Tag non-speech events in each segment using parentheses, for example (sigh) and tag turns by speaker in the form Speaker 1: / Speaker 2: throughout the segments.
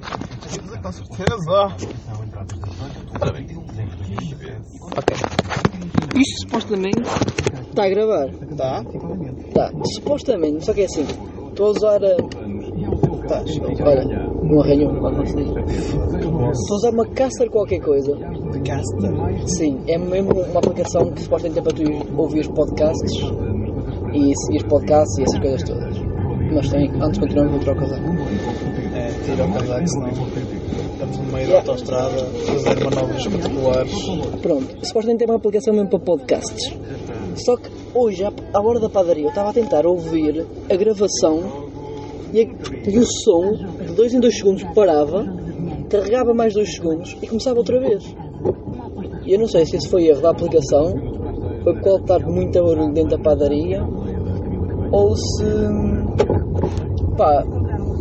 Speaker 1: Kafamızı kasırtırız
Speaker 2: Ok. Isto supostamente está a gravar.
Speaker 1: Tá?
Speaker 2: Tá, supostamente, só que é assim. Estou a usar. a- Tá, olha, um arranhão, não sei. Estou a usar uma caster qualquer coisa.
Speaker 1: The Caster.
Speaker 2: Sim, é mesmo uma aplicação que supostamente é para tu ouvir os podcasts e, e os podcasts e essas coisas todas. Mas tem, antes continuamos vou tirar o casaco.
Speaker 1: É, tira o casaco, senão estamos no meio da autostrada, fazer manobras particulares.
Speaker 2: Pronto, supostamente é uma aplicação mesmo para podcasts. Só que hoje, à, à hora da padaria, eu estava a tentar ouvir a gravação e, a- e o som, de dois em dois segundos, parava, carregava mais dois segundos e começava outra vez. E eu não sei se isso foi erro da aplicação, foi por causa de estar muito barulho dentro da padaria, ou se. pá,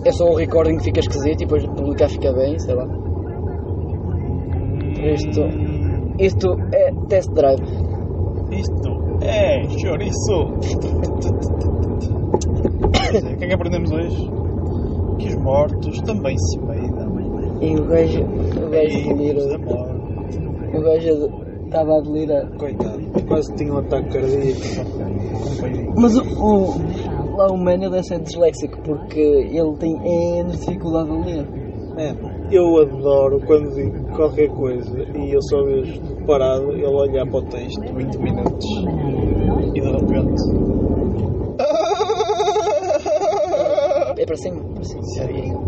Speaker 2: é só um recording que fica esquisito e depois publicar fica bem, sei lá. Isto, isto é test drive.
Speaker 1: Isto é chouriço! O que é que aprendemos hoje? Que os mortos também se peidam.
Speaker 2: E o gajo, o gajo
Speaker 1: E os da
Speaker 2: delira,
Speaker 1: morte.
Speaker 2: o gajo estava a delirar.
Speaker 1: Coitado, quase tinha um ataque cardíaco.
Speaker 2: Mas o, o- lá o Mano deve ser disléxico porque ele tem N dificuldade a ler.
Speaker 1: É, eu adoro quando digo qualquer coisa e eu só vejo parado ele olhar para o texto 20 minutos e de (laughs) repente.
Speaker 2: É para cima? Para cima.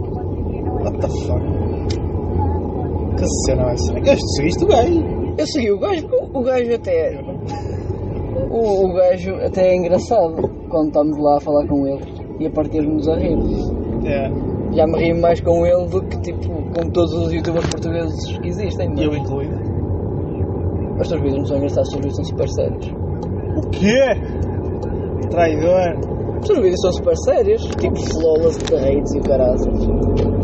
Speaker 1: What the fuck? Que cena é vai ser? Que este seguiste bem?
Speaker 2: Eu segui o gajo, o, o gajo até. O, o gajo até é engraçado quando estamos lá a falar com ele e a partir-nos a rir.
Speaker 1: É,
Speaker 2: Já me ri mais com ele do que tipo com todos os youtubers portugueses que existem.
Speaker 1: eu
Speaker 2: Mas
Speaker 1: incluído.
Speaker 2: os teus vídeos não são engraçados, os teus vídeos são super sérios.
Speaker 1: O quê? Traidor.
Speaker 2: Os teus vídeos são super sérios, tipo flawless de rates e o caralho.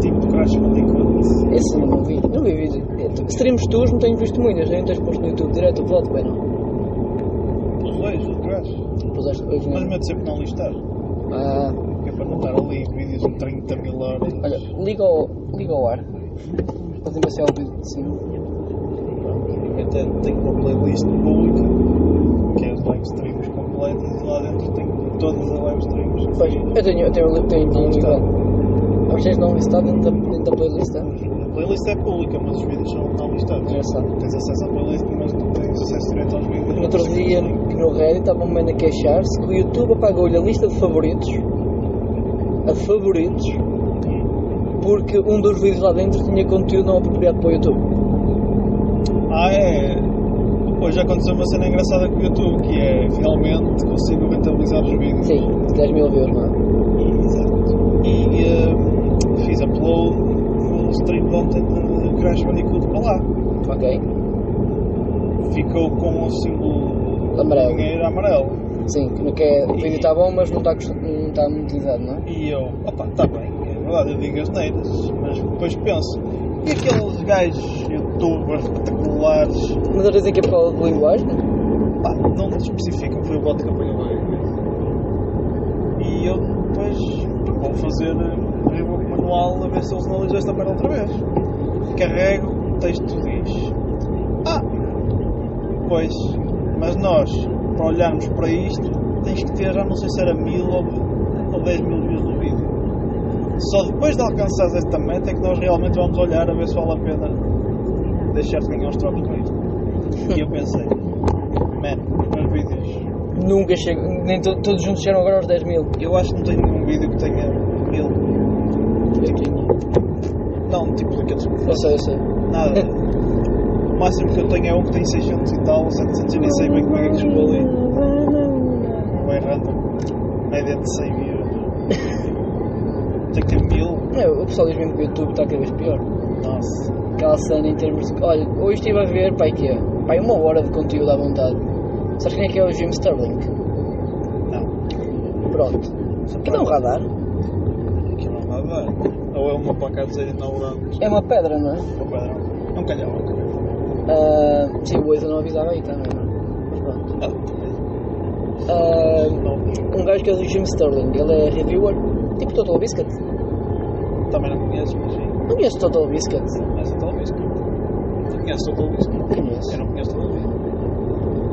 Speaker 1: Tipo Crash Bandicoot.
Speaker 2: Esse eu não vi, não vi vídeo. Streams tuas não tenho visto muitas, nem tens posto no YouTube direto, o voto, bem não.
Speaker 1: Os dois, o Crash.
Speaker 2: Puseste hoje,
Speaker 1: Mas
Speaker 2: não.
Speaker 1: medo sempre não listar.
Speaker 2: Ah,
Speaker 1: Que é para não estar ali vídeos de 30 mil horas.
Speaker 2: olha, liga ao, liga ao ar. Para tentar ser ao vídeo de cima.
Speaker 1: Eu até tenho uma playlist pública, que é as live streams completas, e lá dentro tenho todas as live streams.
Speaker 2: Pois, eu tenho, eu tenho, eu tenho, tenho ligado. Mas tens não listado dentro da, dentro da playlist, é?
Speaker 1: A playlist é pública, mas os vídeos são não listados.
Speaker 2: Engraçado.
Speaker 1: Tens acesso à playlist, mas não tens acesso direto aos vídeos.
Speaker 2: No outro dia, no Reddit, estava um menino a queixar-se que o YouTube apagou-lhe a lista de favoritos. A de favoritos. Porque um dos vídeos lá dentro tinha conteúdo não apropriado para o YouTube.
Speaker 1: Ah, é. Pois já aconteceu uma cena engraçada com o YouTube, que é finalmente consigo rentabilizar os vídeos.
Speaker 2: Sim, 10 mil views, não é?
Speaker 1: Exato. E eh, fiz upload no stream de ontem de Crash Bandicoot para lá.
Speaker 2: Ok?
Speaker 1: Ficou com o símbolo
Speaker 2: Amarelo.
Speaker 1: de dinheiro amarelo.
Speaker 2: Sim, que não quer, o vídeo está bom, mas não está, gost- não está muito utilizado, não é?
Speaker 1: E eu, opa, está bem, é verdade, eu digo as neiras, mas depois penso, e aqueles gajos youtubers espetaculares
Speaker 2: Mas às vezes é que é por causa de linguagem.
Speaker 1: Pá, não especificam, foi o bote que apanhou bem. E eu depois vou fazer eh, rebook manual a ver se eles não analisam esta merda outra vez. Carrego, o texto diz. Ah! Pois, mas nós, para olharmos para isto, tens que ter, já não sei se era mil ou, ou dez mil views no vídeo. Só depois de alcançares esta meta é que nós realmente vamos olhar a ver se vale a pena deixar-te ganhar uns trocos com isto. E eu pensei, Man, os meus vídeos.
Speaker 2: Nunca chego, nem to- todos juntos chegaram agora aos 10 mil.
Speaker 1: Eu acho que não tenho nenhum vídeo que tenha mil.
Speaker 2: Eu tinha.
Speaker 1: Não, tipo daqueles que
Speaker 2: Eu sei, eu sei.
Speaker 1: Nada. O máximo que eu tenho é um que tem 600 e tal, 700 e nem sei bem como é que chegou ali. Bem random. Média de 100 views. Tem que ter mil.
Speaker 2: É, o pessoal diz mesmo que o YouTube está cada vez pior.
Speaker 1: Nossa.
Speaker 2: Aquela cena em termos de. Olha, hoje estive a ver, pai, que é? Pai, uma hora de conteúdo à vontade. Sabes quem é que é o Jim Sterling?
Speaker 1: Não.
Speaker 2: Pronto. Que não é um radar?
Speaker 1: Aquilo não vai dar. Ou é uma placa a dizer inaugurando.
Speaker 2: É uma pedra, não é?
Speaker 1: É um padrão. É um calhau. é um calhau.
Speaker 2: Ah, sim, o Waze eu não avisava aí também, não é? Mas pronto. Ah,
Speaker 1: Não,
Speaker 2: um gajo que é o Jim Sterling, ele é reviewer, tipo Total Biscuit.
Speaker 1: também não conheço, mas sim.
Speaker 2: Conheço Total Biscuit.
Speaker 1: Conhece o Total Biscuit? Tu conheces o Total Biscuit?
Speaker 2: Conheço.
Speaker 1: Eu não conheço o Total Biscuit.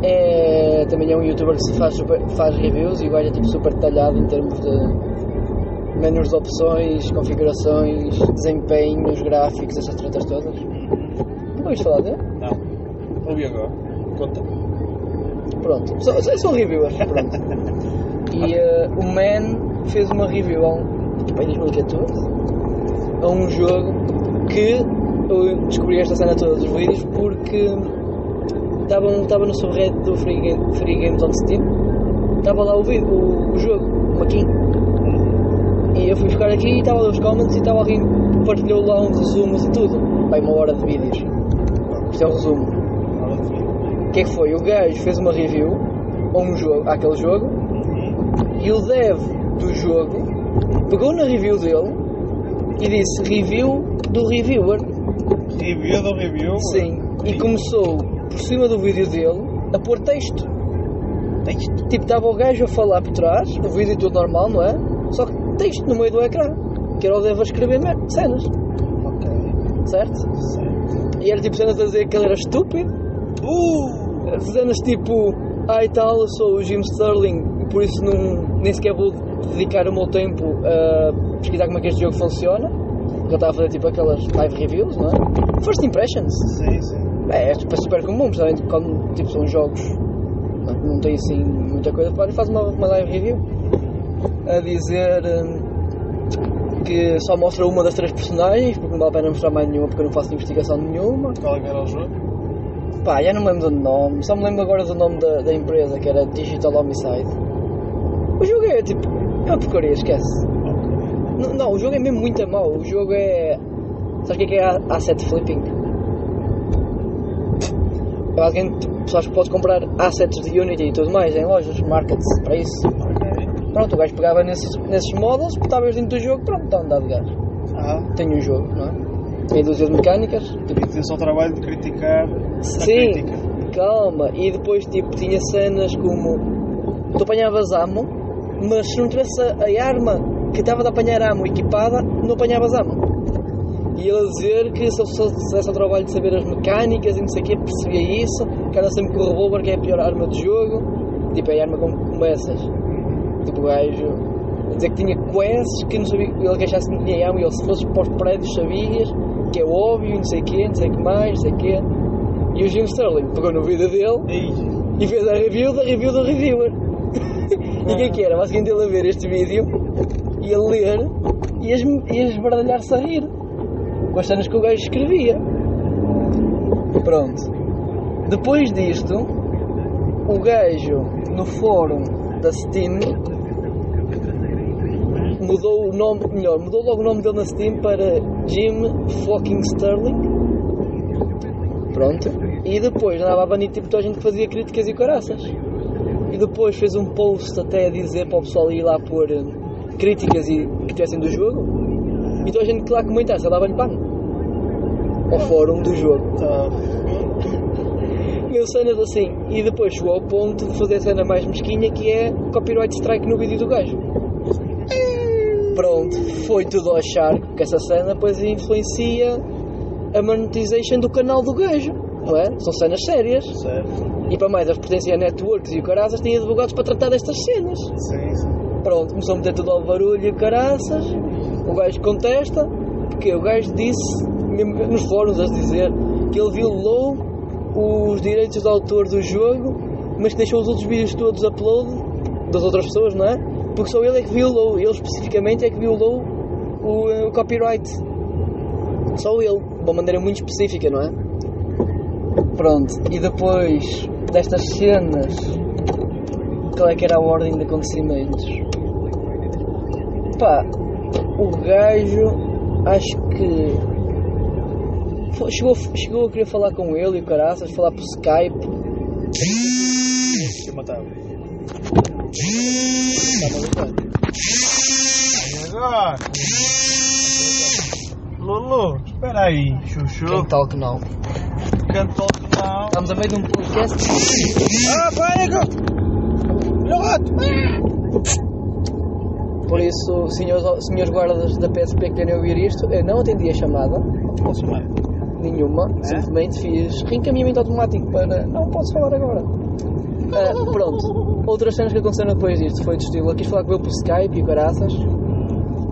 Speaker 2: É, também é um youtuber que se faz, super, faz reviews e o gajo é tipo super detalhado em termos de menus de opções, configurações, desempenhos, gráficos, essas tretas todas. Nunca ouviste falar dele?
Speaker 1: Não. Ouvi agora. Conta-me.
Speaker 2: Pronto, é- são, são- são reviewers. Pronto. E eh, o Man fez uma review há um, tipo, em 2014 a um jogo que eu descobri esta cena toda dos vídeos porque estava estava no subred do Free, Game, Free Games on Steam, estava lá o, vídeo, o, o jogo, o Maquin. E eu fui buscar aqui e estava nos comments e estava alguém que partilhou lá uns resumos e tudo. Vai uma hora de vídeos. Isto é um resumo.
Speaker 1: Hora de vir.
Speaker 2: O que é que foi? O gajo fez uma review a um jogo, àquele jogo e o dev do jogo pegou na review dele e disse review do reviewer.
Speaker 1: Review do review?
Speaker 2: Sim. E começou por cima do vídeo dele a pôr texto.
Speaker 1: Texto.
Speaker 2: Tipo, estava o gajo a falar por trás, o vídeo todo normal, não é? Só que texto no meio do ecrã, que era o dev a escrever mer- cenas,
Speaker 1: Ok.
Speaker 2: certo?
Speaker 1: Certo.
Speaker 2: E era tipo cenas a dizer que ele era estúpido,
Speaker 1: Uh!
Speaker 2: cenas tipo, ai tal, eu sou o Jim Sterling, por isso não, nem sequer vou dedicar o meu tempo a pesquisar como é que este jogo funciona. Porque eu estava a fazer tipo aquelas live reviews, não é? First impressions.
Speaker 1: Sim, sim.
Speaker 2: É, é super, super comum, principalmente quando tipo, são jogos que não têm assim muita coisa para faz uma, uma live review a dizer hum, que só mostra uma das três personagens, porque não vale a pena mostrar mais nenhuma porque eu não faço investigação nenhuma.
Speaker 1: Qual é que era o jogo?
Speaker 2: Pá, já não me lembro do nome, só me lembro agora do nome da, da empresa que era Digital Homicide. O jogo é tipo. É uma porcaria, esquece. N- não, o jogo é mesmo muito mau. O jogo é. Sabes o que é que é a- asset flipping? É basicamente pessoas que podes comprar assets de Unity e tudo mais em eh, lojas, markets, para isso.
Speaker 1: Ok.
Speaker 2: Pronto, o gajo pegava nesses, nesses models, botava dentro do jogo, pronto, está andado de gajo.
Speaker 1: Ah.
Speaker 2: Tem o jogo, não é? Tem dúzias mecânicas, tipo,
Speaker 1: E tens o trabalho de criticar a
Speaker 2: Sim.
Speaker 1: crítica.
Speaker 2: Calma, e depois tipo tinha cenas como tu apanhavas amo, mas se não tivesse a, a arma que estava de apanhar amo equipada, não apanhavas amo. E ele a dizer que se eu só fizesse o trabalho de saber as mecânicas e não sei o que, percebia isso, que era sempre que o revólver que é a pior arma do jogo, tipo é a arma como, como essas. Tipo o gajo a dizer que tinha quests que não sabia, ele que achasse que não tinha amo e ele se fosse para os prédios sabias, que é óbvio, não sei o que, não sei o que mais, não sei o que. E o Jim Sterling pegou no vídeo dele
Speaker 1: Ei,
Speaker 2: e fez a review da review do reviewer. (laughs) e o que é que era? Basicamente ele a ver este vídeo e a ler e a esm- e a esbardalhar-se a rir com as cenas que o gajo escrevia. Pronto. Depois disto, o gajo no fórum da Steam mudou o nome, melhor, mudou logo o nome dele na Steam para Jim fucking Sterling. Pronto. E depois andava a banir tipo toda a gente que fazia críticas e caraças. E depois fez um post até a dizer para o pessoal ir lá pôr eh, críticas e que tivessem do jogo. E toda a gente que lá comentasse, ela dava-lhe ban. Ao fórum do jogo.
Speaker 1: tá.
Speaker 2: Meu cenas assim. E depois chegou ao ponto de fazer a cena mais mesquinha que é copyright strike no vídeo do gajo. Pronto, foi tudo ao charco que essa cena pois influencia a monetization do canal do gajo. Não é? São cenas sérias.
Speaker 1: Certo.
Speaker 2: E para mais, as potências networks e o caraças têm advogados para tratar destas cenas.
Speaker 1: Sim, sim.
Speaker 2: Pronto, começou a meter tudo ao barulho e o caraças. O gajo contesta, porque o gajo disse, mesmo que nos fóruns a dizer, que ele violou os direitos de autor do jogo, mas que deixou os outros vídeos todos upload das outras pessoas, não é? Porque só ele é que violou, ele especificamente é que violou o, eh, o copyright. Só ele, de uma maneira muito específica, não é? Pronto, e depois destas cenas, qual é que era a ordem de acontecimentos? Pá, o gajo, acho que. fo- Chegou, chegou a querer falar com ele e o caraças, falar por Skype.
Speaker 1: Que matava.
Speaker 2: Tá
Speaker 1: E agora? Lulu, espera aí, Chuchu.
Speaker 2: Quem tal que não?
Speaker 1: Cantou que não.
Speaker 2: Estamos a meio de um podcast.
Speaker 1: Ah, pânico! Olha o rato!
Speaker 2: Por isso, senhores, senhores guardas da PSP que querem ouvir isto, eu não atendi a chamada
Speaker 1: Posso chamar?
Speaker 2: nenhuma,
Speaker 1: É?
Speaker 2: simplesmente fiz reencaminhamento automático para. Não posso falar agora. Ah, pronto, outras cenas que aconteceram depois disto foi do estilo: eu quis falar com ele por Skype e o caraças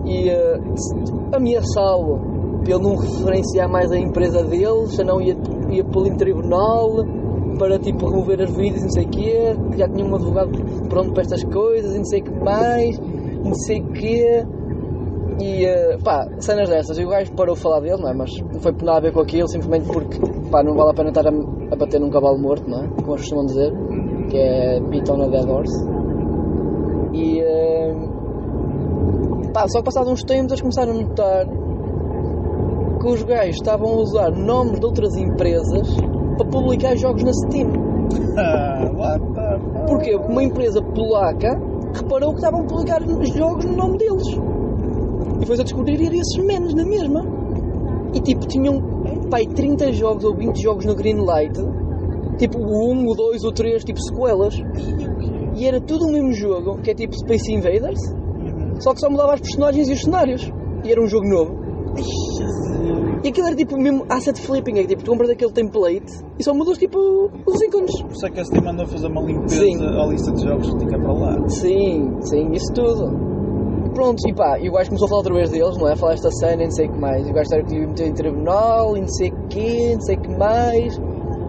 Speaker 2: e ah, s- ameaçá-lo pelo não referenciar mais a empresa dele, senão ia, ia pô-lo em tribunal para tipo remover as vidas e não sei o quê, que já tinha um advogado pronto para estas coisas e não sei o que mais, e não sei o quê. E eh, pá, cenas dessas. E o gajo parou de falar dele, não é? Mas não foi por nada a ver com aquilo, simplesmente porque pá, não vale a pena estar a, a bater num cavalo morto, não é? Como eles costumam dizer, que é beat on a dead horse. E eh, pá, só que passados uns tempos eles começaram a notar que os gajos estavam a usar nomes de outras empresas para publicar jogos na Steam.
Speaker 1: Ah, what the fuck?
Speaker 2: Porquê? Porque uma empresa polaca reparou que estavam a publicar jogos no nome deles. E foi-se a descobrir ir esses menos na mesma. E tipo, tinham pai 30 jogos ou 20 jogos no Greenlight. Tipo, o 1, o 2, o 3, tipo sequelas. E era tudo o mesmo jogo, que é tipo Space Invaders. Só que só mudava as personagens e os cenários. E era um jogo novo. E aquilo era tipo mesmo asset flipping, é que tipo, tu compras aquele template e só mudas tipo os ícones.
Speaker 1: Por isso é que a Steam mandou fazer uma limpeza
Speaker 2: Sim.
Speaker 1: à lista de jogos que fica para lá.
Speaker 2: Sim, sim, isso tudo. E pronto, e pá, e o gajo começou a falar outra vez deles, não é? Falar esta cena e não sei o que mais. E o gajo era que lhe meter em tribunal e não sei o quê, não sei o que mais.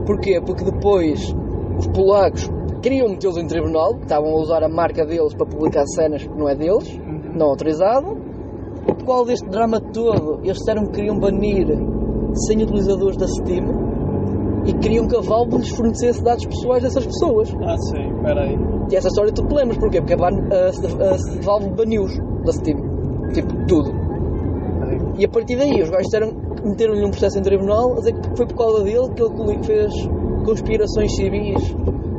Speaker 2: Porquê? Porque depois os polacos queriam metê-los em tribunal, que estavam a usar a marca deles para publicar cenas que não é deles, não autorizado. Por causa deste drama todo, eles disseram que queriam banir 100 utilizadores da Steam e queriam que a Valve lhes fornecesse dados pessoais dessas pessoas.
Speaker 1: Ah, sim, peraí.
Speaker 2: E essa história tu te lembras porquê? Porque é uh, a, ban a- a Valve baniu-os da Steam. Tipo, tudo.
Speaker 1: peraí.
Speaker 2: E a partir daí, os gajos disseram- meteram-lhe um processo em tribunal a dizer que foi por causa dele que ele coli- fez conspirações civis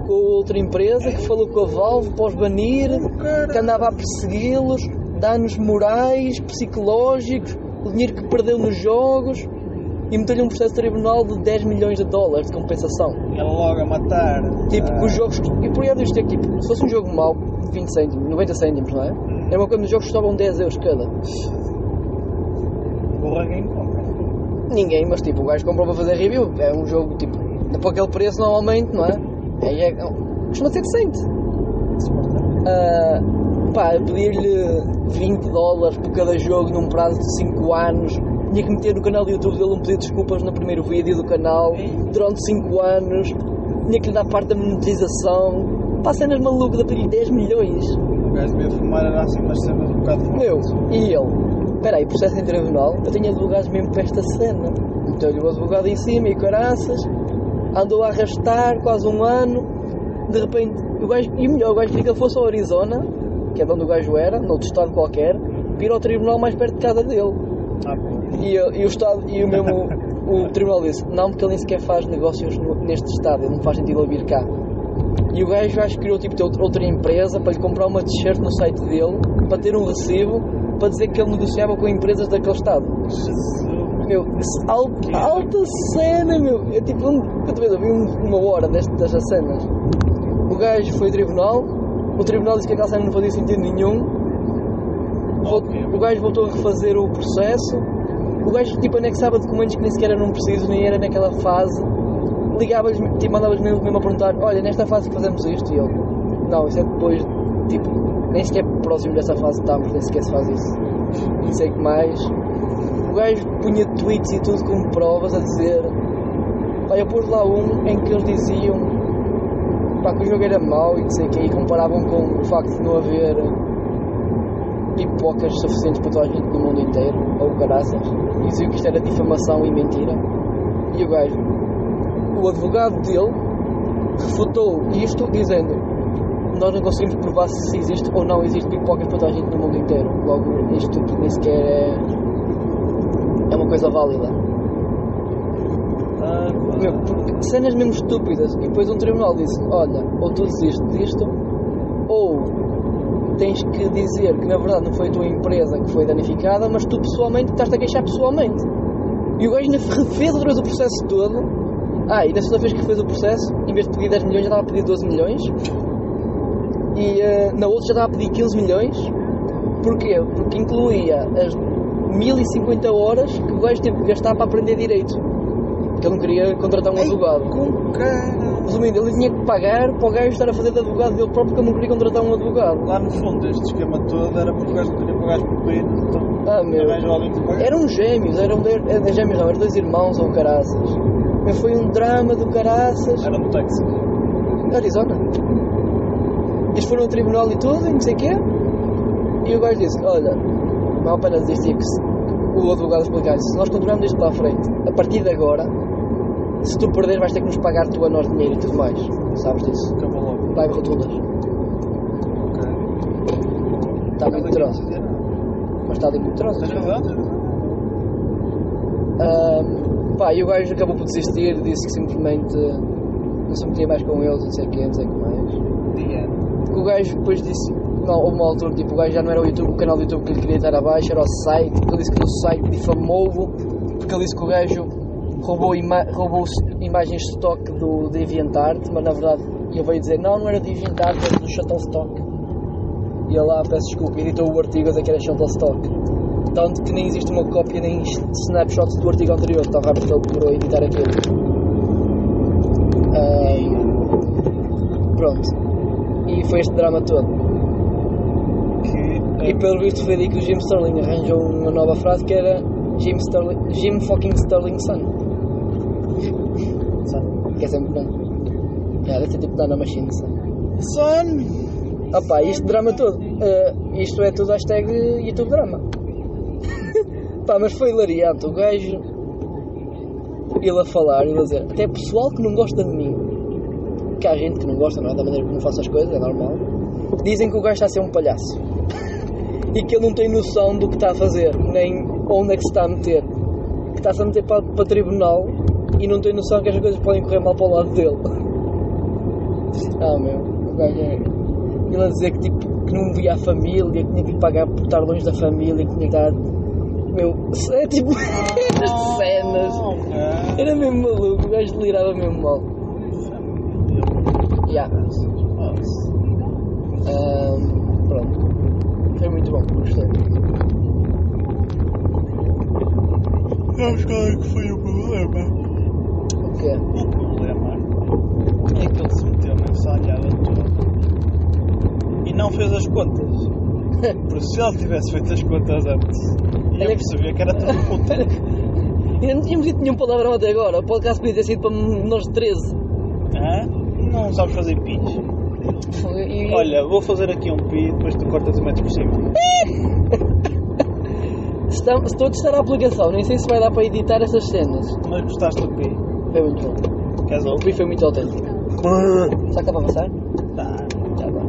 Speaker 2: com outra empresa que falou com a Valve para os banir, que andava a persegui-los, danos morais, psicológicos, o dinheiro que perdeu nos jogos. E meteu-lhe um processo de tribunal de 10 milhões de dólares de compensação.
Speaker 1: Ela logo a matar.
Speaker 2: Tipo,
Speaker 1: Ah,
Speaker 2: que os jogos. E por aí é isto aqui, tipo, se fosse um jogo mau, 20 cêntimos, 90 cêntimos, não é? Era uma coisa, os jogos custavam 10 euros cada.
Speaker 1: Porra, ninguém compra.
Speaker 2: Ninguém, mas tipo, o gajo comprou para fazer review. É um jogo, tipo, para aquele preço normalmente, não é? Aí é. Costuma ser decente. Ah, pá, eu pedir-lhe 20 dólares por cada jogo num prazo de 5 anos. Tinha que meter no canal do YouTube dele um pedido de desculpas no primeiro vídeo do canal durante 5 anos. Tinha que lhe dar parte da monetização. Pá, cenas malucas, a pedir 10 milhões.
Speaker 1: O gajo devia fumar, era assim umas cenas um bocado fortes.
Speaker 2: Meu, e ele? Peraí, processo em tribunal? Eu tenho advogados mesmo para esta cena. Meteu-lhe o advogado em cima e caraças, andou a arrastar quase um ano. De repente, o gajo, e melhor, o gajo queria que ele fosse ao Arizona, que é de onde o gajo era, noutro estado qualquer, para ir ao tribunal mais perto de casa dele.
Speaker 1: Ah, pô.
Speaker 2: E, eu- e o Estado, e o mesmo o tribunal disse, não, porque ele nem sequer faz negócios no- neste Estado, ele não faz sentido ele vir cá. E o gajo acho que criou tipo de outra outra empresa para lhe comprar uma t-shirt no site dele, para ter um recibo, para dizer que ele negociava com empresas daquele Estado. Meu, se- al- alta cena, meu. É tipo, um, eu também ouvi um- uma hora deste- destas cenas. O gajo foi ao tribunal, o tribunal disse que aquela cena não fazia sentido nenhum. Vol- O gajo voltou a refazer o processo. O gajo tipo anexava documentos que nem sequer eram precisos, nem era naquela fase. Ligava-lhes, tipo, mandava-lhes mesmo, mesmo a perguntar: Olha, nesta fase fazemos isto. E ele: Não, isso é depois, tipo, nem sequer próximo dessa fase estamos, nem sequer se faz isso. Não sei o que mais. O gajo punha tweets e tudo como provas a dizer. Pá, eu pus lá um em que eles diziam pá, que o jogo era mau e não sei o quê, e comparavam com o facto de não haver pipocas suficientes para toda a gente no mundo inteiro, ou caraças, e diziam que isto era difamação e mentira. E o gajo, o advogado dele, refutou isto dizendo: Nós não conseguimos provar se existe ou não existe pipocas para toda a gente no mundo inteiro. Logo, isto nem sequer é é uma coisa válida.
Speaker 1: Ah, pá.
Speaker 2: Meu, porque cenas mesmo estúpidas. E depois um tribunal disse: Olha, ou tu desistes disto, ou tens que dizer que na verdade não foi a tua empresa que foi danificada, mas tu pessoalmente estás a queixar pessoalmente. E o gajo ainda refez outra vez o processo todo. Ah, e na segunda vez que fez o processo, em vez de pedir 10 milhões, ah, já estava a pedir 12 milhões. E eh, na outra já estava a pedir 15 milhões. Porquê? Porque incluía as 1050 horas que o gajo teve que gastar para aprender direito. Porque ele não queria contratar um
Speaker 1: Ei,
Speaker 2: advogado.
Speaker 1: Com cara.
Speaker 2: Resumindo, ele tinha que pagar para o gajo estar a fazer de advogado dele próprio porque ele não queria contratar um advogado.
Speaker 1: Lá no fundo, este esquema todo era porque o gajo não queria pagar as propinas, então
Speaker 2: Ah, meu. É.
Speaker 1: arranjou alguém que paga.
Speaker 2: Eram gêmeos, eram dois, eram gêmeos não, eram dois irmãos ou caraças. Mas foi um drama do caraças.
Speaker 1: Era um no Texas.
Speaker 2: Arizona. Eles foram ao tribunal e tudo, e não sei o quê. E o gajo disse: Olha, não há para dizer que se- o advogado explicou se nós continuarmos isto para a frente, a partir de agora, se tu perderes, vais ter que nos pagar tu a nós dinheiro e tudo mais. Sabes disso?
Speaker 1: Acabou logo.
Speaker 2: Vai rotundas.
Speaker 1: Ok.
Speaker 2: Está Tá muito troço,
Speaker 1: Tens
Speaker 2: mas está ali muito troço.
Speaker 1: razão? tens razão.
Speaker 2: Ahm, pá, e o gajo acabou por desistir, disse que simplesmente não se metia mais com eles, não sei o quê, não sei o que mais. Porque o gajo depois disse, não, houve uma altura, tipo, o gajo já não era o, YouTube, o canal do YouTube que ele queria estar abaixo, era o site, porque ele disse que o site difamou-o, porque ele disse que o gajo roubou, ima roubou s- imagens de stock do DeviantArt, mas na verdade ele veio dizer, não, não era do DeviantArt, era do Shutterstock. E ele lá, peço desculpa, editou o artigo a dizer que era Shutterstock. Tanto que nem existe uma cópia nem snapshots do artigo anterior, tão rápido que ele demorou a editar aquilo. Ah, pronto. E foi este drama todo.
Speaker 1: Que é
Speaker 2: E pelo visto foi daí que o Jim Sterling arranjou uma nova frase que era Jim, Sterling, Jim fucking Sterling son. Sabe? Que é sempre bom. Yeah, deve ser tipo Dana Machine, son.
Speaker 1: Son!
Speaker 2: Opa, isto drama todo. Eh, isto é tudo hashtag YouTube drama. (laughs) Pá, mas foi hilariante. O gajo. Ele a falar, ele a dizer. Até pessoal que não gosta de mim. Que há gente que não gosta, não é? Da maneira como eu faço as coisas, é normal. Dizem que o gajo está a ser um palhaço. (laughs) E que ele não tem noção do que está a fazer, nem onde é que se está a meter. Que está-se a meter para, para tribunal e não tem noção que as coisas podem correr mal para o lado dele. (laughs) Ah, meu. O gajo é. Ele a dizer que, tipo, que não via a família, que tinha que pagar por estar longe da família, que tinha que dar. Meu, (laughs) é tipo. estas cenas.
Speaker 1: Ok.
Speaker 2: Era mesmo maluco, o gajo delirava mesmo mal. Já. Ahm, um, pronto. Foi muito bom, gostei.
Speaker 1: Vamos qual que foi o problema.
Speaker 2: O quê? (laughs)
Speaker 1: O problema é que ele se meteu nessa alhada toda e não fez as contas. Porque se ele tivesse feito as contas antes, ia
Speaker 2: Olha-
Speaker 1: perceber que era tudo puta.
Speaker 2: Ainda não tínhamos dito nenhum palavrão até agora. O podcast podia ter sido para menores de 13.
Speaker 1: Hã? Não sabes fazer pis?
Speaker 2: Foi- E...
Speaker 1: Olha, vou fazer aqui um pi, depois tu cortas o metro por cima.
Speaker 2: Se tam- se estou a testar a aplicação, nem sei se vai dar para editar essas cenas.
Speaker 1: Mas gostaste do pi?
Speaker 2: Foi muito bom.
Speaker 1: Queres
Speaker 2: O
Speaker 1: ouvir?
Speaker 2: Pi foi muito autêntico. Será que está para avançar?
Speaker 1: Tá,
Speaker 2: Já vai.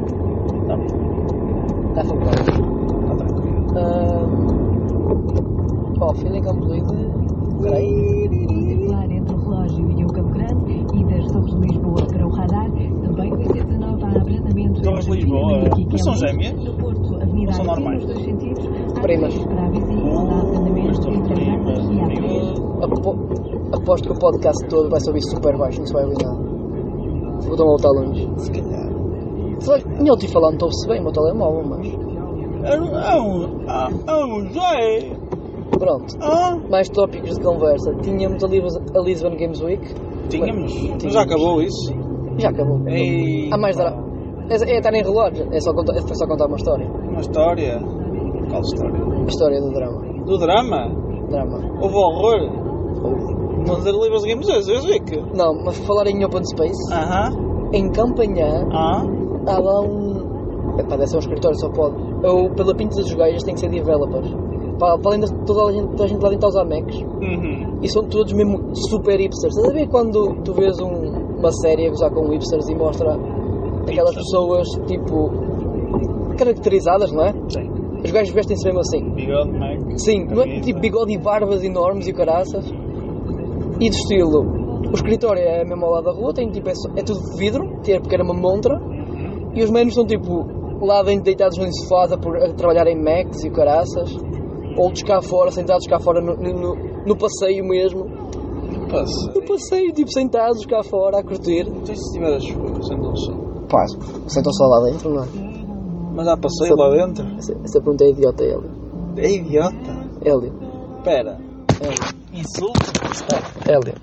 Speaker 1: tá,
Speaker 2: Está favorável.
Speaker 1: tá tranquilo.
Speaker 2: Ahm, Pá, o Ah, oh, feeling completo. Peraí.
Speaker 3: Circular entre o relógio e o Campo Grande e das Torres de Lisboa para o radar, também o IC19 há abrandamento.
Speaker 1: Torres de
Speaker 3: entre
Speaker 1: Lisboa,
Speaker 3: Vila Henrique e
Speaker 1: mas são
Speaker 3: Queluz,
Speaker 1: gêmeas?
Speaker 3: No Porto, Avenida
Speaker 1: Ou são
Speaker 3: Alpina,
Speaker 1: normais?
Speaker 3: nos dois sentidos, há
Speaker 2: Primas.
Speaker 3: três para a vizinhança, há abrandamento
Speaker 1: Mas estou
Speaker 3: entre as
Speaker 1: prima,
Speaker 3: Arcas e a
Speaker 1: (laughs)
Speaker 3: A3.
Speaker 2: Apo- Aposto que o podcast todo vai subir super baixo, não se vai ouvir nada. Vou dar uma volta longe.
Speaker 1: se calhar.
Speaker 2: Será que nem eu te falando, estou-se bem o meu telemóvel, mas.
Speaker 1: É um. É um joia!
Speaker 2: Pronto.
Speaker 1: Ah!
Speaker 2: Mais tópicos de conversa. Tínhamos a, Lis a Lisbon Games Week.
Speaker 1: Tínhamos. Já acabou isso?
Speaker 2: Já acabou.
Speaker 1: Ei,
Speaker 2: Há mais drama. É, é estar em relógio. É só contar, é só contar uma história.
Speaker 1: Uma história. Qual história?
Speaker 2: A história do drama.
Speaker 1: Do drama?
Speaker 2: Drama.
Speaker 1: Houve um horror? Mas era livros de games vezes, eu que.
Speaker 2: Não, mas falar em Open Space.
Speaker 1: Aham.
Speaker 2: Em Campanhã.
Speaker 1: Ah.
Speaker 2: há lá um. Epá, deve ser um escritório, só pode. Ou pela pinta dos gajos tem que ser developers. Pá, para além de toda a gente, toda a gente lá dentro aos Amex.
Speaker 1: Uhum.
Speaker 2: E são todos mesmo super hipsters. Estás a ver quando tu vês um- uma série a gozar com hipsters e mostra aquelas pessoas, tipo. caracterizadas, não é?
Speaker 1: Sim.
Speaker 2: Os gajos vestem-se mesmo assim.
Speaker 1: Bigode, Mac.
Speaker 2: Sim, não é?
Speaker 1: camisa.
Speaker 2: tipo bigode e barbas enormes e caraças. E de estilo. O escritório é mesmo ao lado da rua, tem tipo, é, só- é tudo de vidro, que é porque era uma montra. E os manos estão tipo lá dentro deitados no sofá a, por- a trabalhar em Macs e caraças. Outros cá fora, sentados cá fora no, no- no passeio mesmo.
Speaker 1: Passa.
Speaker 2: No passeio, tipo sentados cá fora a curtir.
Speaker 1: Não sei se tiver as folhas, onde eles são.
Speaker 2: Pá, sentam só lá dentro, não é?
Speaker 1: Mas já passei lá dentro.
Speaker 2: Essa, essa pergunta é idiota, Hélio.
Speaker 1: É idiota.
Speaker 2: Hélio,
Speaker 1: Espera.
Speaker 2: Hélio,
Speaker 1: Insulta. Está.
Speaker 2: Hélio,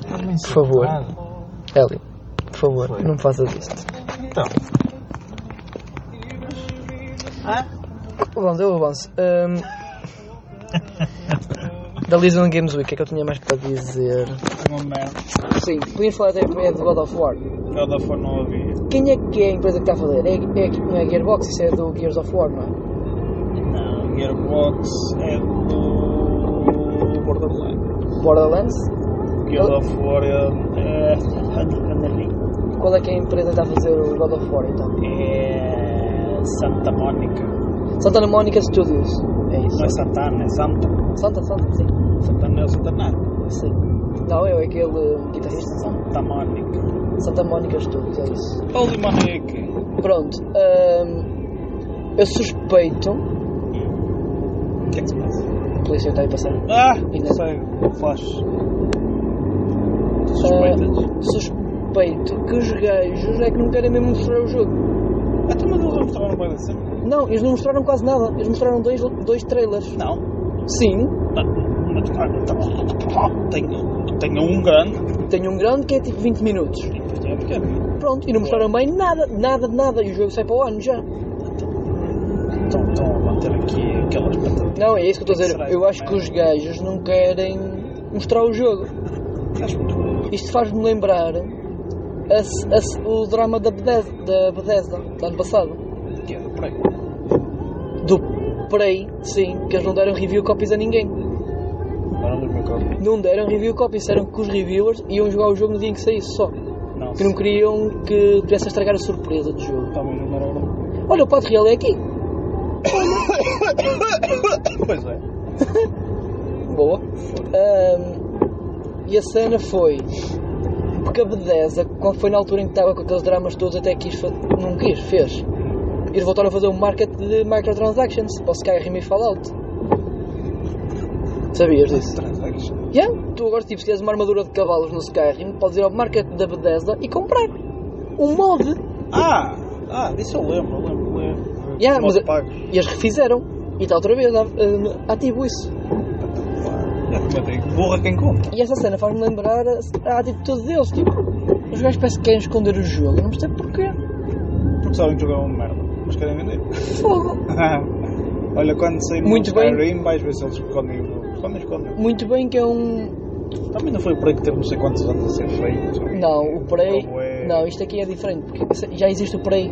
Speaker 1: Estás-me a
Speaker 2: Por favor.
Speaker 1: insultar.
Speaker 2: Hélio, por favor,
Speaker 1: Foi.
Speaker 2: não faças isto.
Speaker 1: Então. Ah?
Speaker 2: Avanço, eu avanço. Ahm, da Lisbon Games Week, o que é que eu tinha mais para dizer?
Speaker 1: Uma merda.
Speaker 2: Sim, podias falar até primeiro de God of War.
Speaker 1: Cada um for não havia.
Speaker 2: Quem é que é a empresa que está a fazer? É, é, não é Gearbox, isso é do Gears of War, não é?
Speaker 1: Não. Gearbox é do. Borderlands.
Speaker 2: Borderlands?
Speaker 1: Guild of War é. É. Andarim.
Speaker 2: Qual é que é a empresa que está a fazer o God of War, então?
Speaker 1: É. Santa Mónica.
Speaker 2: Santa Monica Studios. É isso.
Speaker 1: Não é Santana, é Santa.
Speaker 2: Santa, Santa, sim.
Speaker 1: Santana é o Santana.
Speaker 2: Sim. Não, é aquele hum, guitarrista.
Speaker 1: Santa Mónica.
Speaker 2: Santa Monica Studios, é isso.
Speaker 1: Holy Monique.
Speaker 2: Pronto. hum, eu suspeito.
Speaker 1: O que é que se passa?
Speaker 2: A polícia está aí passando.
Speaker 1: Ah!
Speaker 2: Ainda.
Speaker 1: Sei, flash. Tu suspeitas?
Speaker 2: suspeito que os gajos é que não querem mesmo mostrar o jogo.
Speaker 1: Ah, tu mandou o restaurante para dizer?
Speaker 2: Não, eles não mostraram quase nada. Eles mostraram dois, dois trailers.
Speaker 1: Não.
Speaker 2: Sim,
Speaker 1: Mas, pá, então, Tenho, tenho um grande.
Speaker 2: tem um grande que é tipo 20 minutos.
Speaker 1: É porque é meu.
Speaker 2: Pronto, e não mostraram bem nada, nada, de nada. E o jogo sai para o ano já.
Speaker 1: Estão estão a manter Então, aqui aquelas patatas.
Speaker 2: Não, é isso que eu estou a dizer. Eu acho que os gajos não querem mostrar o jogo.
Speaker 1: Acho muito bom.
Speaker 2: Isto faz-me lembrar a se- a se- o drama da Bethesda, da Bethesda, do ano passado.
Speaker 1: Que é do prego.
Speaker 2: Do Prey, sim, que eles não deram review copies a ninguém.
Speaker 1: Agora não me acordo.
Speaker 2: Não deram um review copies, disseram que os reviewers iam jogar o jogo no dia em que saísse só.
Speaker 1: Não.
Speaker 2: que não queriam que pudesse estragar a surpresa do jogo.
Speaker 1: Está bem, não era hora.
Speaker 2: Olha, o Pato Real é aqui.
Speaker 1: (laughs) Pois é.
Speaker 2: Boa. Ahm, e a cena foi. Porque a Bethesda, quando foi na altura em que estava com aqueles dramas todos, até quis. fa- Não quis, fez. Eles voltaram a fazer um market de microtransactions para o Skyrim e Fallout. Sabias disso?
Speaker 1: Transaction.
Speaker 2: Yeah? Tu agora, tipo, se queres uma armadura de cavalos no Skyrim, podes ir ao market da Bethesda e comprar. Um mod.
Speaker 1: Ah! Ah, disso eu lembro, eu lembro, lembro.
Speaker 2: Yeah,
Speaker 1: Modo
Speaker 2: mas- é-
Speaker 1: pago.
Speaker 2: E eles refizeram. E está outra vez ah, ah, ativo isso.
Speaker 1: É como eu digo, burra quem compra.
Speaker 2: E essa cena faz-me lembrar a, a atitude deles. Tipo, os gajos parece que querem esconder o jogo. Não percebo porquê.
Speaker 1: Porque sabem que o jogo é uma merda, mas querem vender. (laughs)
Speaker 2: Fogo.
Speaker 1: Olha, quando sair
Speaker 2: Muito
Speaker 1: o
Speaker 2: bem.
Speaker 1: Skyrim, vais ver se eles escondem o jogo. Escondem, escondem.
Speaker 2: Muito bem que é um.
Speaker 1: Também não foi por aí que teve não sei quantos anos a ser feito.
Speaker 2: Não, o Prey.
Speaker 1: Como é?
Speaker 2: Não, isto aqui é diferente. Porque já existe o Prey.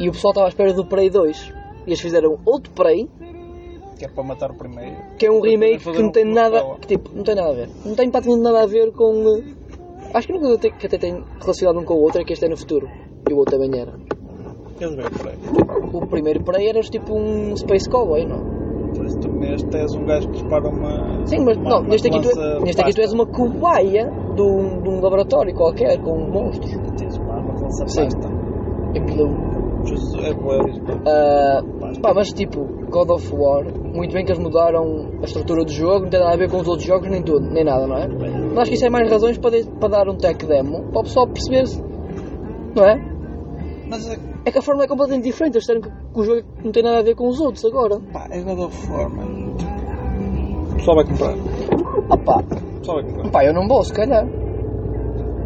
Speaker 2: E o pessoal estava à espera do Prey 2. E eles fizeram outro Prey,
Speaker 1: Que é para matar o primeiro.
Speaker 2: que é um
Speaker 1: Depois
Speaker 2: remake
Speaker 1: fazer
Speaker 2: que não
Speaker 1: um-
Speaker 2: tem
Speaker 1: uma
Speaker 2: nada.
Speaker 1: sequela.
Speaker 2: Que, tipo, não tem nada a ver. Não tem praticamente nada a ver com. eh, Acho que a única coisa que até tem relacionado um com o outro é que este é no futuro. E o outro também era.
Speaker 1: Eles vêm por aí.
Speaker 2: O primeiro Prey era tipo um Space Cowboy, não?
Speaker 1: Mas tu neste és um gajo que dispara uma.
Speaker 2: Sim, mas
Speaker 1: uma-
Speaker 2: não,
Speaker 1: uma
Speaker 2: neste aqui, tu,
Speaker 1: lança
Speaker 2: é- neste aqui tu és uma cobaia de um, de um laboratório qualquer, com um monstros.
Speaker 1: pasta. Tens uma arma de lança
Speaker 2: Sim.
Speaker 1: pasta.
Speaker 2: Aquilo.
Speaker 1: Jesus, É boa.
Speaker 2: ah, pá, mas tipo, God of War, muito bem que eles mudaram a estrutura do jogo, não tem nada a ver com os outros jogos, nem tudo, nem nada, não é? Mas acho que isso é mais razões para, de- para dar um tech demo, para o pessoal perceber-se, não é?
Speaker 1: Mas é
Speaker 2: É que a forma é completamente diferente, eles disseram que, que o jogo não tem nada a ver com os outros agora.
Speaker 1: pá, é God of War, mano. O pessoal vai comprar. O
Speaker 2: Ah pá,
Speaker 1: pessoal vai comprar.
Speaker 2: pá, eu não vou, se calhar.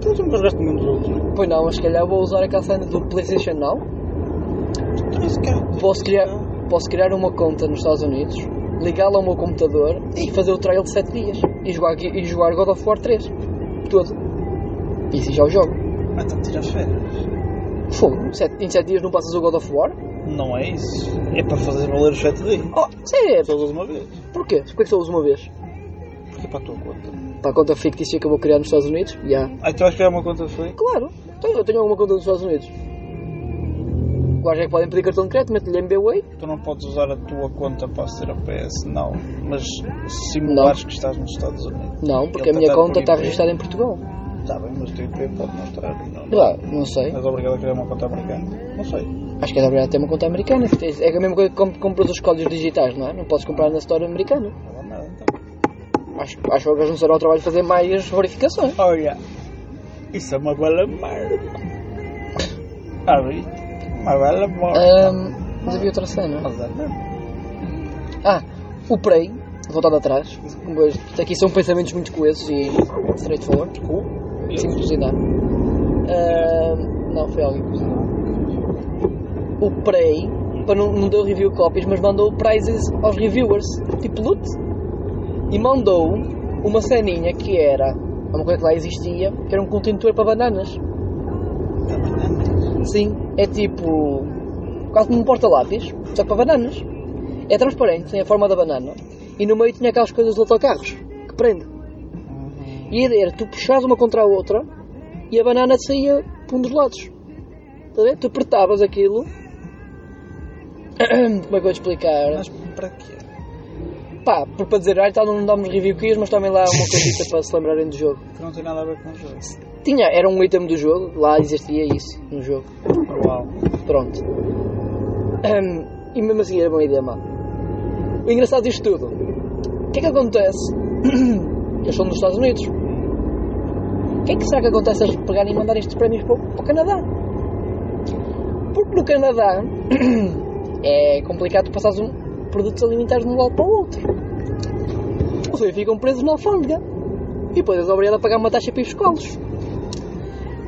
Speaker 1: Tu nunca jogaste nenhum dos outros, não
Speaker 2: Pois não, mas se calhar vou usar aquela cena do PlayStation Now.
Speaker 1: é? Tu és cá.
Speaker 2: Posso criar, posso criar uma conta nos Estados Unidos, ligá-la ao meu computador e fazer o trial de 7 dias. E jogar, e jogar God of War 3. Todo. E assim já o jogo.
Speaker 1: Mas está a tirar férias.
Speaker 2: Fogo, sete- em 7 dias não passas o God of War?
Speaker 1: Não é isso. É para fazer valer os 7 dias.
Speaker 2: Oh, sério?
Speaker 1: Só usas uma vez.
Speaker 2: Porquê? Porquê que só uso uma vez?
Speaker 1: Porque é para a tua conta.
Speaker 2: Para a conta fictícia que eu vou criar nos Estados Unidos? Já.
Speaker 1: Ah, tu vais criar uma conta fake?
Speaker 2: Claro, então eu tenho alguma conta nos Estados Unidos. Agora já é que podem pedir cartão de crédito, mete-lhe MBWay.
Speaker 1: Tu não podes usar a tua conta para ser a PS, não. Mas simulares que estás nos Estados Unidos.
Speaker 2: Não, porque
Speaker 1: Ele
Speaker 2: a minha
Speaker 1: tá- tá
Speaker 2: conta
Speaker 1: por
Speaker 2: está
Speaker 1: IP.
Speaker 2: registrada em Portugal.
Speaker 1: Está bem, mas o teu IP pode não estar. Não, não.
Speaker 2: Ah, não sei.
Speaker 1: Mas obrigado a criar uma conta americana. Não sei.
Speaker 2: Acho que é obrigado a ter uma conta americana. porque É a mesma coisa que comp- compras os códigos digitais, não é? Não podes comprar na Store americana.
Speaker 1: Não dá nada então.
Speaker 2: Acho, acho que eles não serão ao trabalho de fazer mais verificações.
Speaker 1: Olha, isso é uma bela merda. Ah, bem. Mas vale a bola.
Speaker 2: Ahm, mas havia outra cena.
Speaker 1: Exatamente.
Speaker 2: Ah, o Prey, voltado atrás. Mas isto aqui são pensamentos muito coesos e straightforward. Sem curiosidade. Ahm, não, foi alguém que cozinhou. O Prey, para não, não deu review copies, mas mandou prizes aos reviewers, tipo loot. E mandou uma ceninha que era uma coisa que lá existia, que era um contentor para bananas. Sim, é tipo. quase como um porta-lápis, só que para bananas. É transparente, tem a forma da banana. E no meio tinha aquelas coisas de autocarros que prende. E era, era tu puxares uma contra a outra e a banana saía por um dos lados. Está a ver? Tu apertavas aquilo. (coughs) Como é que eu vou te explicar?
Speaker 1: Mas para quê?
Speaker 2: Pá, por para dizer, ah, então não damos review quiz, mas também lá há uma coisita para se lembrarem do jogo.
Speaker 1: Que não tem nada a ver com o jogo.
Speaker 2: Tinha, era um item do jogo, lá existia isso no jogo.
Speaker 1: Uau.
Speaker 2: Pronto. Ahm, e mesmo assim era uma ideia má. O engraçado disto tudo. O que é que acontece? (clears throat) Eles são dos Estados Unidos. O que é que será que acontece a eles pegarem e mandarem estes prémios para, o- para o Canadá? Porque no Canadá (clears throat) é complicado passar produtos alimentares de um lado para o outro. Ou seja, ficam presos na alfândega. E depois és obrigado a pagar uma taxa para ir escolos.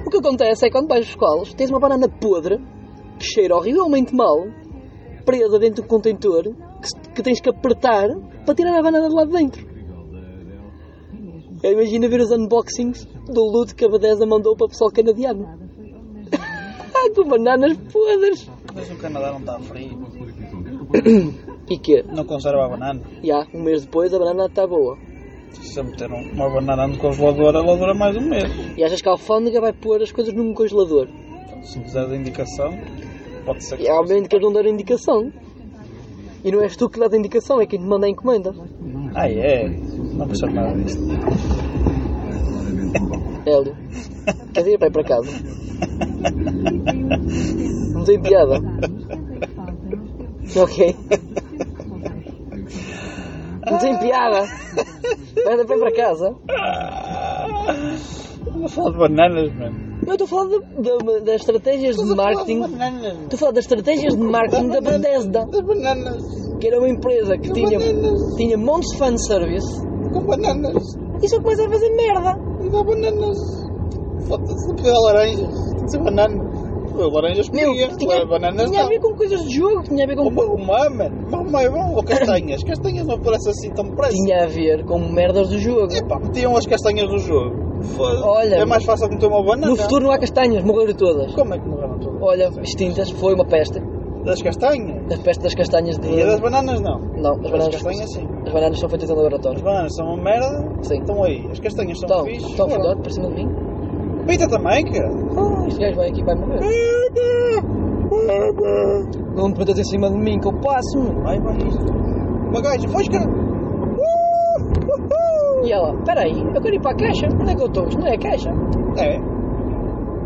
Speaker 2: O que acontece é que quando vais aos escolos, tens uma banana podre, que cheira horrivelmente mal, presa dentro de um contentor, que, se- que tens que apertar para tirar a banana de lá de dentro. Eu imagino ver os unboxings do loot que a Badesa mandou para o pessoal canadiano. (laughs) Ah, com bananas podres!
Speaker 1: Mas o Canadá não está frio.
Speaker 2: E que,
Speaker 1: Não conserva a banana.
Speaker 2: já, um mês depois a banana está boa.
Speaker 1: Se eu meter um- uma banana no congelador, ela dura mais um mês.
Speaker 2: E achas que a alfândega vai pôr as coisas num congelador?
Speaker 1: Se fizeres a indicação, pode ser
Speaker 2: E
Speaker 1: que.
Speaker 2: obviamente que eles não deram indicação. E não és tu que dás a indicação, é quem te manda a encomenda.
Speaker 1: Ah, é? Não percebo nada disto.
Speaker 2: Hélio, queres ir para, aí para casa? Não tem piada. Ok. Não tem
Speaker 1: (laughs)
Speaker 2: piada. Manda bem para casa.
Speaker 1: Vamos Ah, falar de bananas, mano.
Speaker 2: Eu estou a falar de- de- das estratégias de marketing. Estou
Speaker 1: Bananas.
Speaker 2: a falar das estratégias de marketing da Bethesda,
Speaker 1: Das bananas.
Speaker 2: que era uma empresa que tinha, tinha montes de fanservice
Speaker 1: Com bananas.
Speaker 2: e só começa a fazer merda.
Speaker 1: Não dá bananas. Foda-se, não precisa laranjas. Tem que ser bananas. Eu laranjas
Speaker 2: Meu,
Speaker 1: podia, agora
Speaker 2: tinha,
Speaker 1: é bananas
Speaker 2: tinha a
Speaker 1: não.
Speaker 2: ver com coisas de jogo, tinha a ver com.
Speaker 1: Uma romã, mano. Uma romã é bom. Ou
Speaker 2: (coughs)
Speaker 1: castanhas. Castanhas não parece assim É tão depressa.
Speaker 2: Tinha a ver com merdas do jogo.
Speaker 1: Epá, metiam as castanhas no jogo. Foda-se.
Speaker 2: Olha,
Speaker 1: É mais fácil meter uma banana.
Speaker 2: No futuro não há castanhas, morreram todas.
Speaker 1: Como é que morreram todas?
Speaker 2: Olha, extintas, foi uma peste.
Speaker 1: Das castanhas?
Speaker 2: A peste das castanhas de.
Speaker 1: E a das bananas não.
Speaker 2: Não, as
Speaker 1: As
Speaker 2: bananas,
Speaker 1: castanhas sim.
Speaker 2: as bananas são feitas em
Speaker 1: As
Speaker 2: um laboratório.
Speaker 1: bananas são uma merda.
Speaker 2: Sim.
Speaker 1: Estão aí. As castanhas são
Speaker 2: Estão,
Speaker 1: fixe.
Speaker 2: estão a
Speaker 1: Foram.
Speaker 2: fedor para cima de mim.
Speaker 1: Pita também, cara.
Speaker 2: Ah, este gajo vai aqui e vai morrer. Não te metas em cima de mim que eu passo-me.
Speaker 1: Vai, vai. Uma Uh, gaja. Foi, cara. uh!
Speaker 2: E ela, peraí, eu quero ir para a caixa. Onde é que eu estou? Isto não é a caixa?
Speaker 1: É.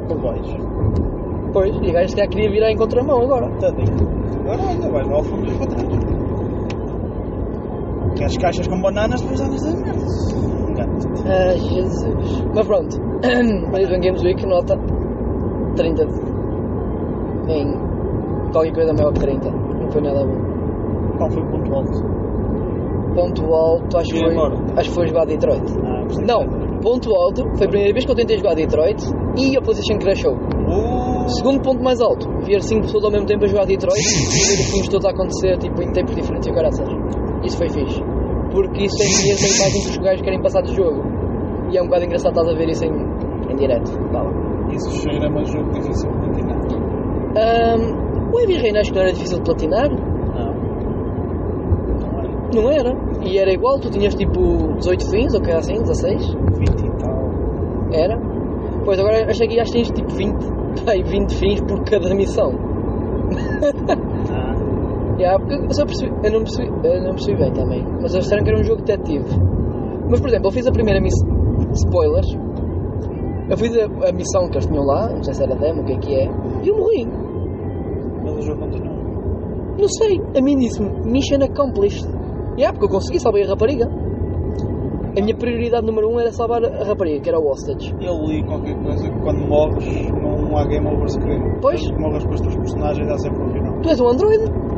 Speaker 1: Não vais.
Speaker 2: Pois, e o gajo se calhar queria virar em contramão agora.
Speaker 1: Tadinho. Agora ainda vais lá ao fundo dos bananas. Queres caixas com bananas, depois andas a merda. Engano-te.
Speaker 2: Ah, Jesus. Mas pronto, (clears throat) Lisbon Games Week nota 30 em qualquer coisa maior que 30. Não foi nada bom.
Speaker 1: Qual foi o ponto alto?
Speaker 2: Ponto alto, acho que
Speaker 1: Ir
Speaker 2: foi,
Speaker 1: embora.
Speaker 2: acho que foi jogar Detroit.
Speaker 1: Ah, gostei.
Speaker 2: Não, ponto alto, foi a primeira vez que eu tentei jogar Detroit e a PlayStation crashou.
Speaker 1: Uh,
Speaker 2: Segundo ponto mais alto, ver 5 pessoas ao mesmo tempo a jogar Detroit e ver os filmes todos a acontecer tipo, em tempos diferentes e o caraças. Isso foi fixe. Porque isso tem dinheiro tem imagem que os gajos querem passar do jogo. E é um bocado engraçado estás a ver isso em, em direto.
Speaker 1: Tá
Speaker 2: Vá lá.
Speaker 1: Isso cheira mais jogo difícil de platinar.
Speaker 2: Ahm, o Heavy Rain acho que não era difícil de platinar.
Speaker 1: Não. Não é.
Speaker 2: Não era. E era igual, tu tinhas tipo 18 fins ou coisa assim, 16.
Speaker 1: 20 e tal.
Speaker 2: Era? Pois agora acho que acho que tens tipo (laughs) 20. Pai, 20 fins por cada missão.
Speaker 1: Ah,
Speaker 2: Yeah, porque eu, só percebi, eu, não percebi, eu não percebi bem também. Mas eles disseram que era um jogo detetive. Mas por exemplo, eu fiz a primeira missão. Spoilers. Eu fiz a, a missão que eles tinham lá, não sei se era demo, o que é que é, e eu morri.
Speaker 1: mas o jogo continua.
Speaker 2: Não sei, a mim disse-me Mission Accomplished. Yeah, porque eu consegui salvar a rapariga. A minha prioridade número um era salvar a rapariga, que era o hostage.
Speaker 1: Eu li qualquer coisa que quando morres não há game over screen.
Speaker 2: Pois.
Speaker 1: Quando morres com os teus personagens dá sempre um final.
Speaker 2: Tu és um androide?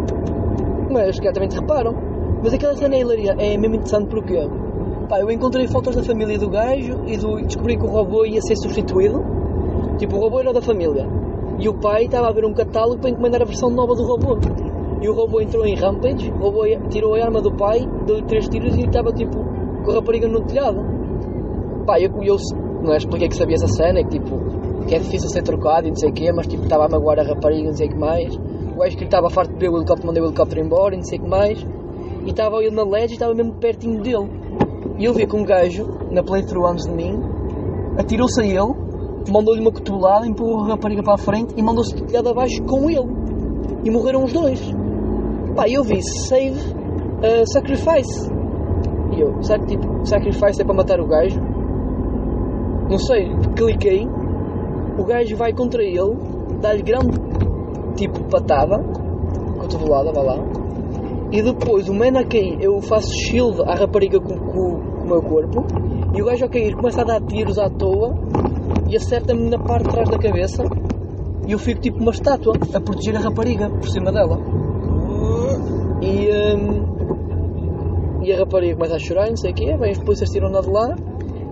Speaker 2: Mas que é, também te reparam. Mas aquela cena é hilaria, é mesmo interessante porque pá, eu encontrei fotos da família do gajo e do- e descobri que o robô ia ser substituído. Tipo, o robô era da família. E o pai estava a ver um catálogo para encomendar a versão nova do robô. E o robô entrou em rampage, o robô tirou a arma do pai, deu-lhe três tiros e estava tipo com a rapariga no telhado. Pá, eu, eu não é, expliquei que sabia essa cena, que tipo, que é difícil ser trocado e não sei o quê, mas tipo, estava a magoar a rapariga e não sei o que mais. O gajo que estava farto de beber o helicóptero, mandei o helicóptero embora e não sei o que mais. E estava ele na ledge e estava mesmo pertinho dele. E eu vi que um gajo, na playthrough antes de mim, atirou-se a ele, mandou-lhe uma cotovelada, empurrou a rapariga para a frente e mandou-se do telhado abaixo com ele. E morreram os dois. Pá, eu vi save uh, sacrifice. E eu, será que tipo, sacrifice é para matar o gajo? não sei, cliquei, o gajo vai contra ele, dá-lhe grande tipo patada, cotovelada, vá lá, e depois o man a cair, eu faço shield à rapariga com, com- com o meu corpo, e o gajo a cair começa a dar tiros à toa e acerta-me na parte de trás da cabeça e eu fico tipo uma estátua a proteger a rapariga por cima dela. E, hum, e a rapariga começa a chorar, não sei o quê, vem os polícias tiram-na de lá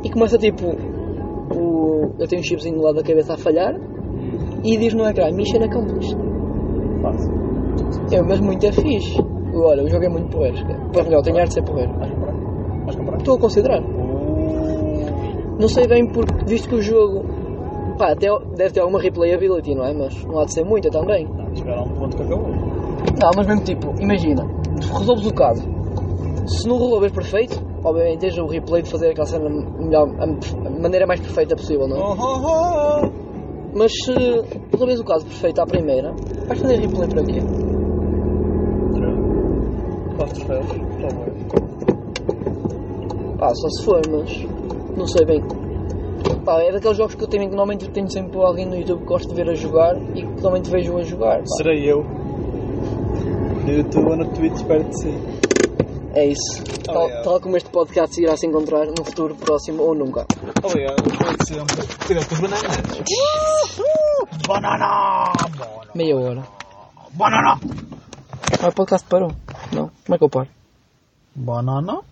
Speaker 2: e começa tipo o, eu tenho um chipzinho do lado da cabeça a falhar e diz no ecrã Mission Accomplished.
Speaker 1: Fácil.
Speaker 2: É, mas muito é fixe. Olha, o jogo é muito porreiro. Ou melhor, tem arte de ser porreiro.
Speaker 1: Vais comprar? Vais comprar?
Speaker 2: Estou a considerar. Não sei bem porque, visto que o jogo. Pá, até, deve ter alguma replayability, não é? Mas não há de ser muita também.
Speaker 1: Não, chegaram a um ponto que acabou.
Speaker 2: Não, mas mesmo tipo, imagina, resolves o caso. Se não resolves perfeito, obviamente tens o replay de fazer aquela cena melhor, a maneira mais perfeita possível, não é?
Speaker 1: Oh, oh, oh.
Speaker 2: Mas se resolves o caso perfeito à primeira, vais fazer replay para quê?
Speaker 1: Quatro troféus, talvez.
Speaker 2: Pá, só se for, mas não sei bem. Pá, é daqueles jogos que eu tenho, que normalmente eu tenho sempre alguém no YouTube que gosto de ver a jogar e que normalmente vejo a jogar. pá.
Speaker 1: Serei eu. No YouTube ou no Twitch, perto de si.
Speaker 2: É isso. Tal,
Speaker 1: Obrigado.
Speaker 2: tal como este podcast irá se encontrar no futuro próximo ou nunca.
Speaker 1: Obrigado, pode sempre. Tirei-te as bananas. Banana! Banana!
Speaker 2: Meia hora. Ah,
Speaker 1: Banana!
Speaker 2: Mas o podcast parou. Não? Como é que eu paro?
Speaker 1: Banana?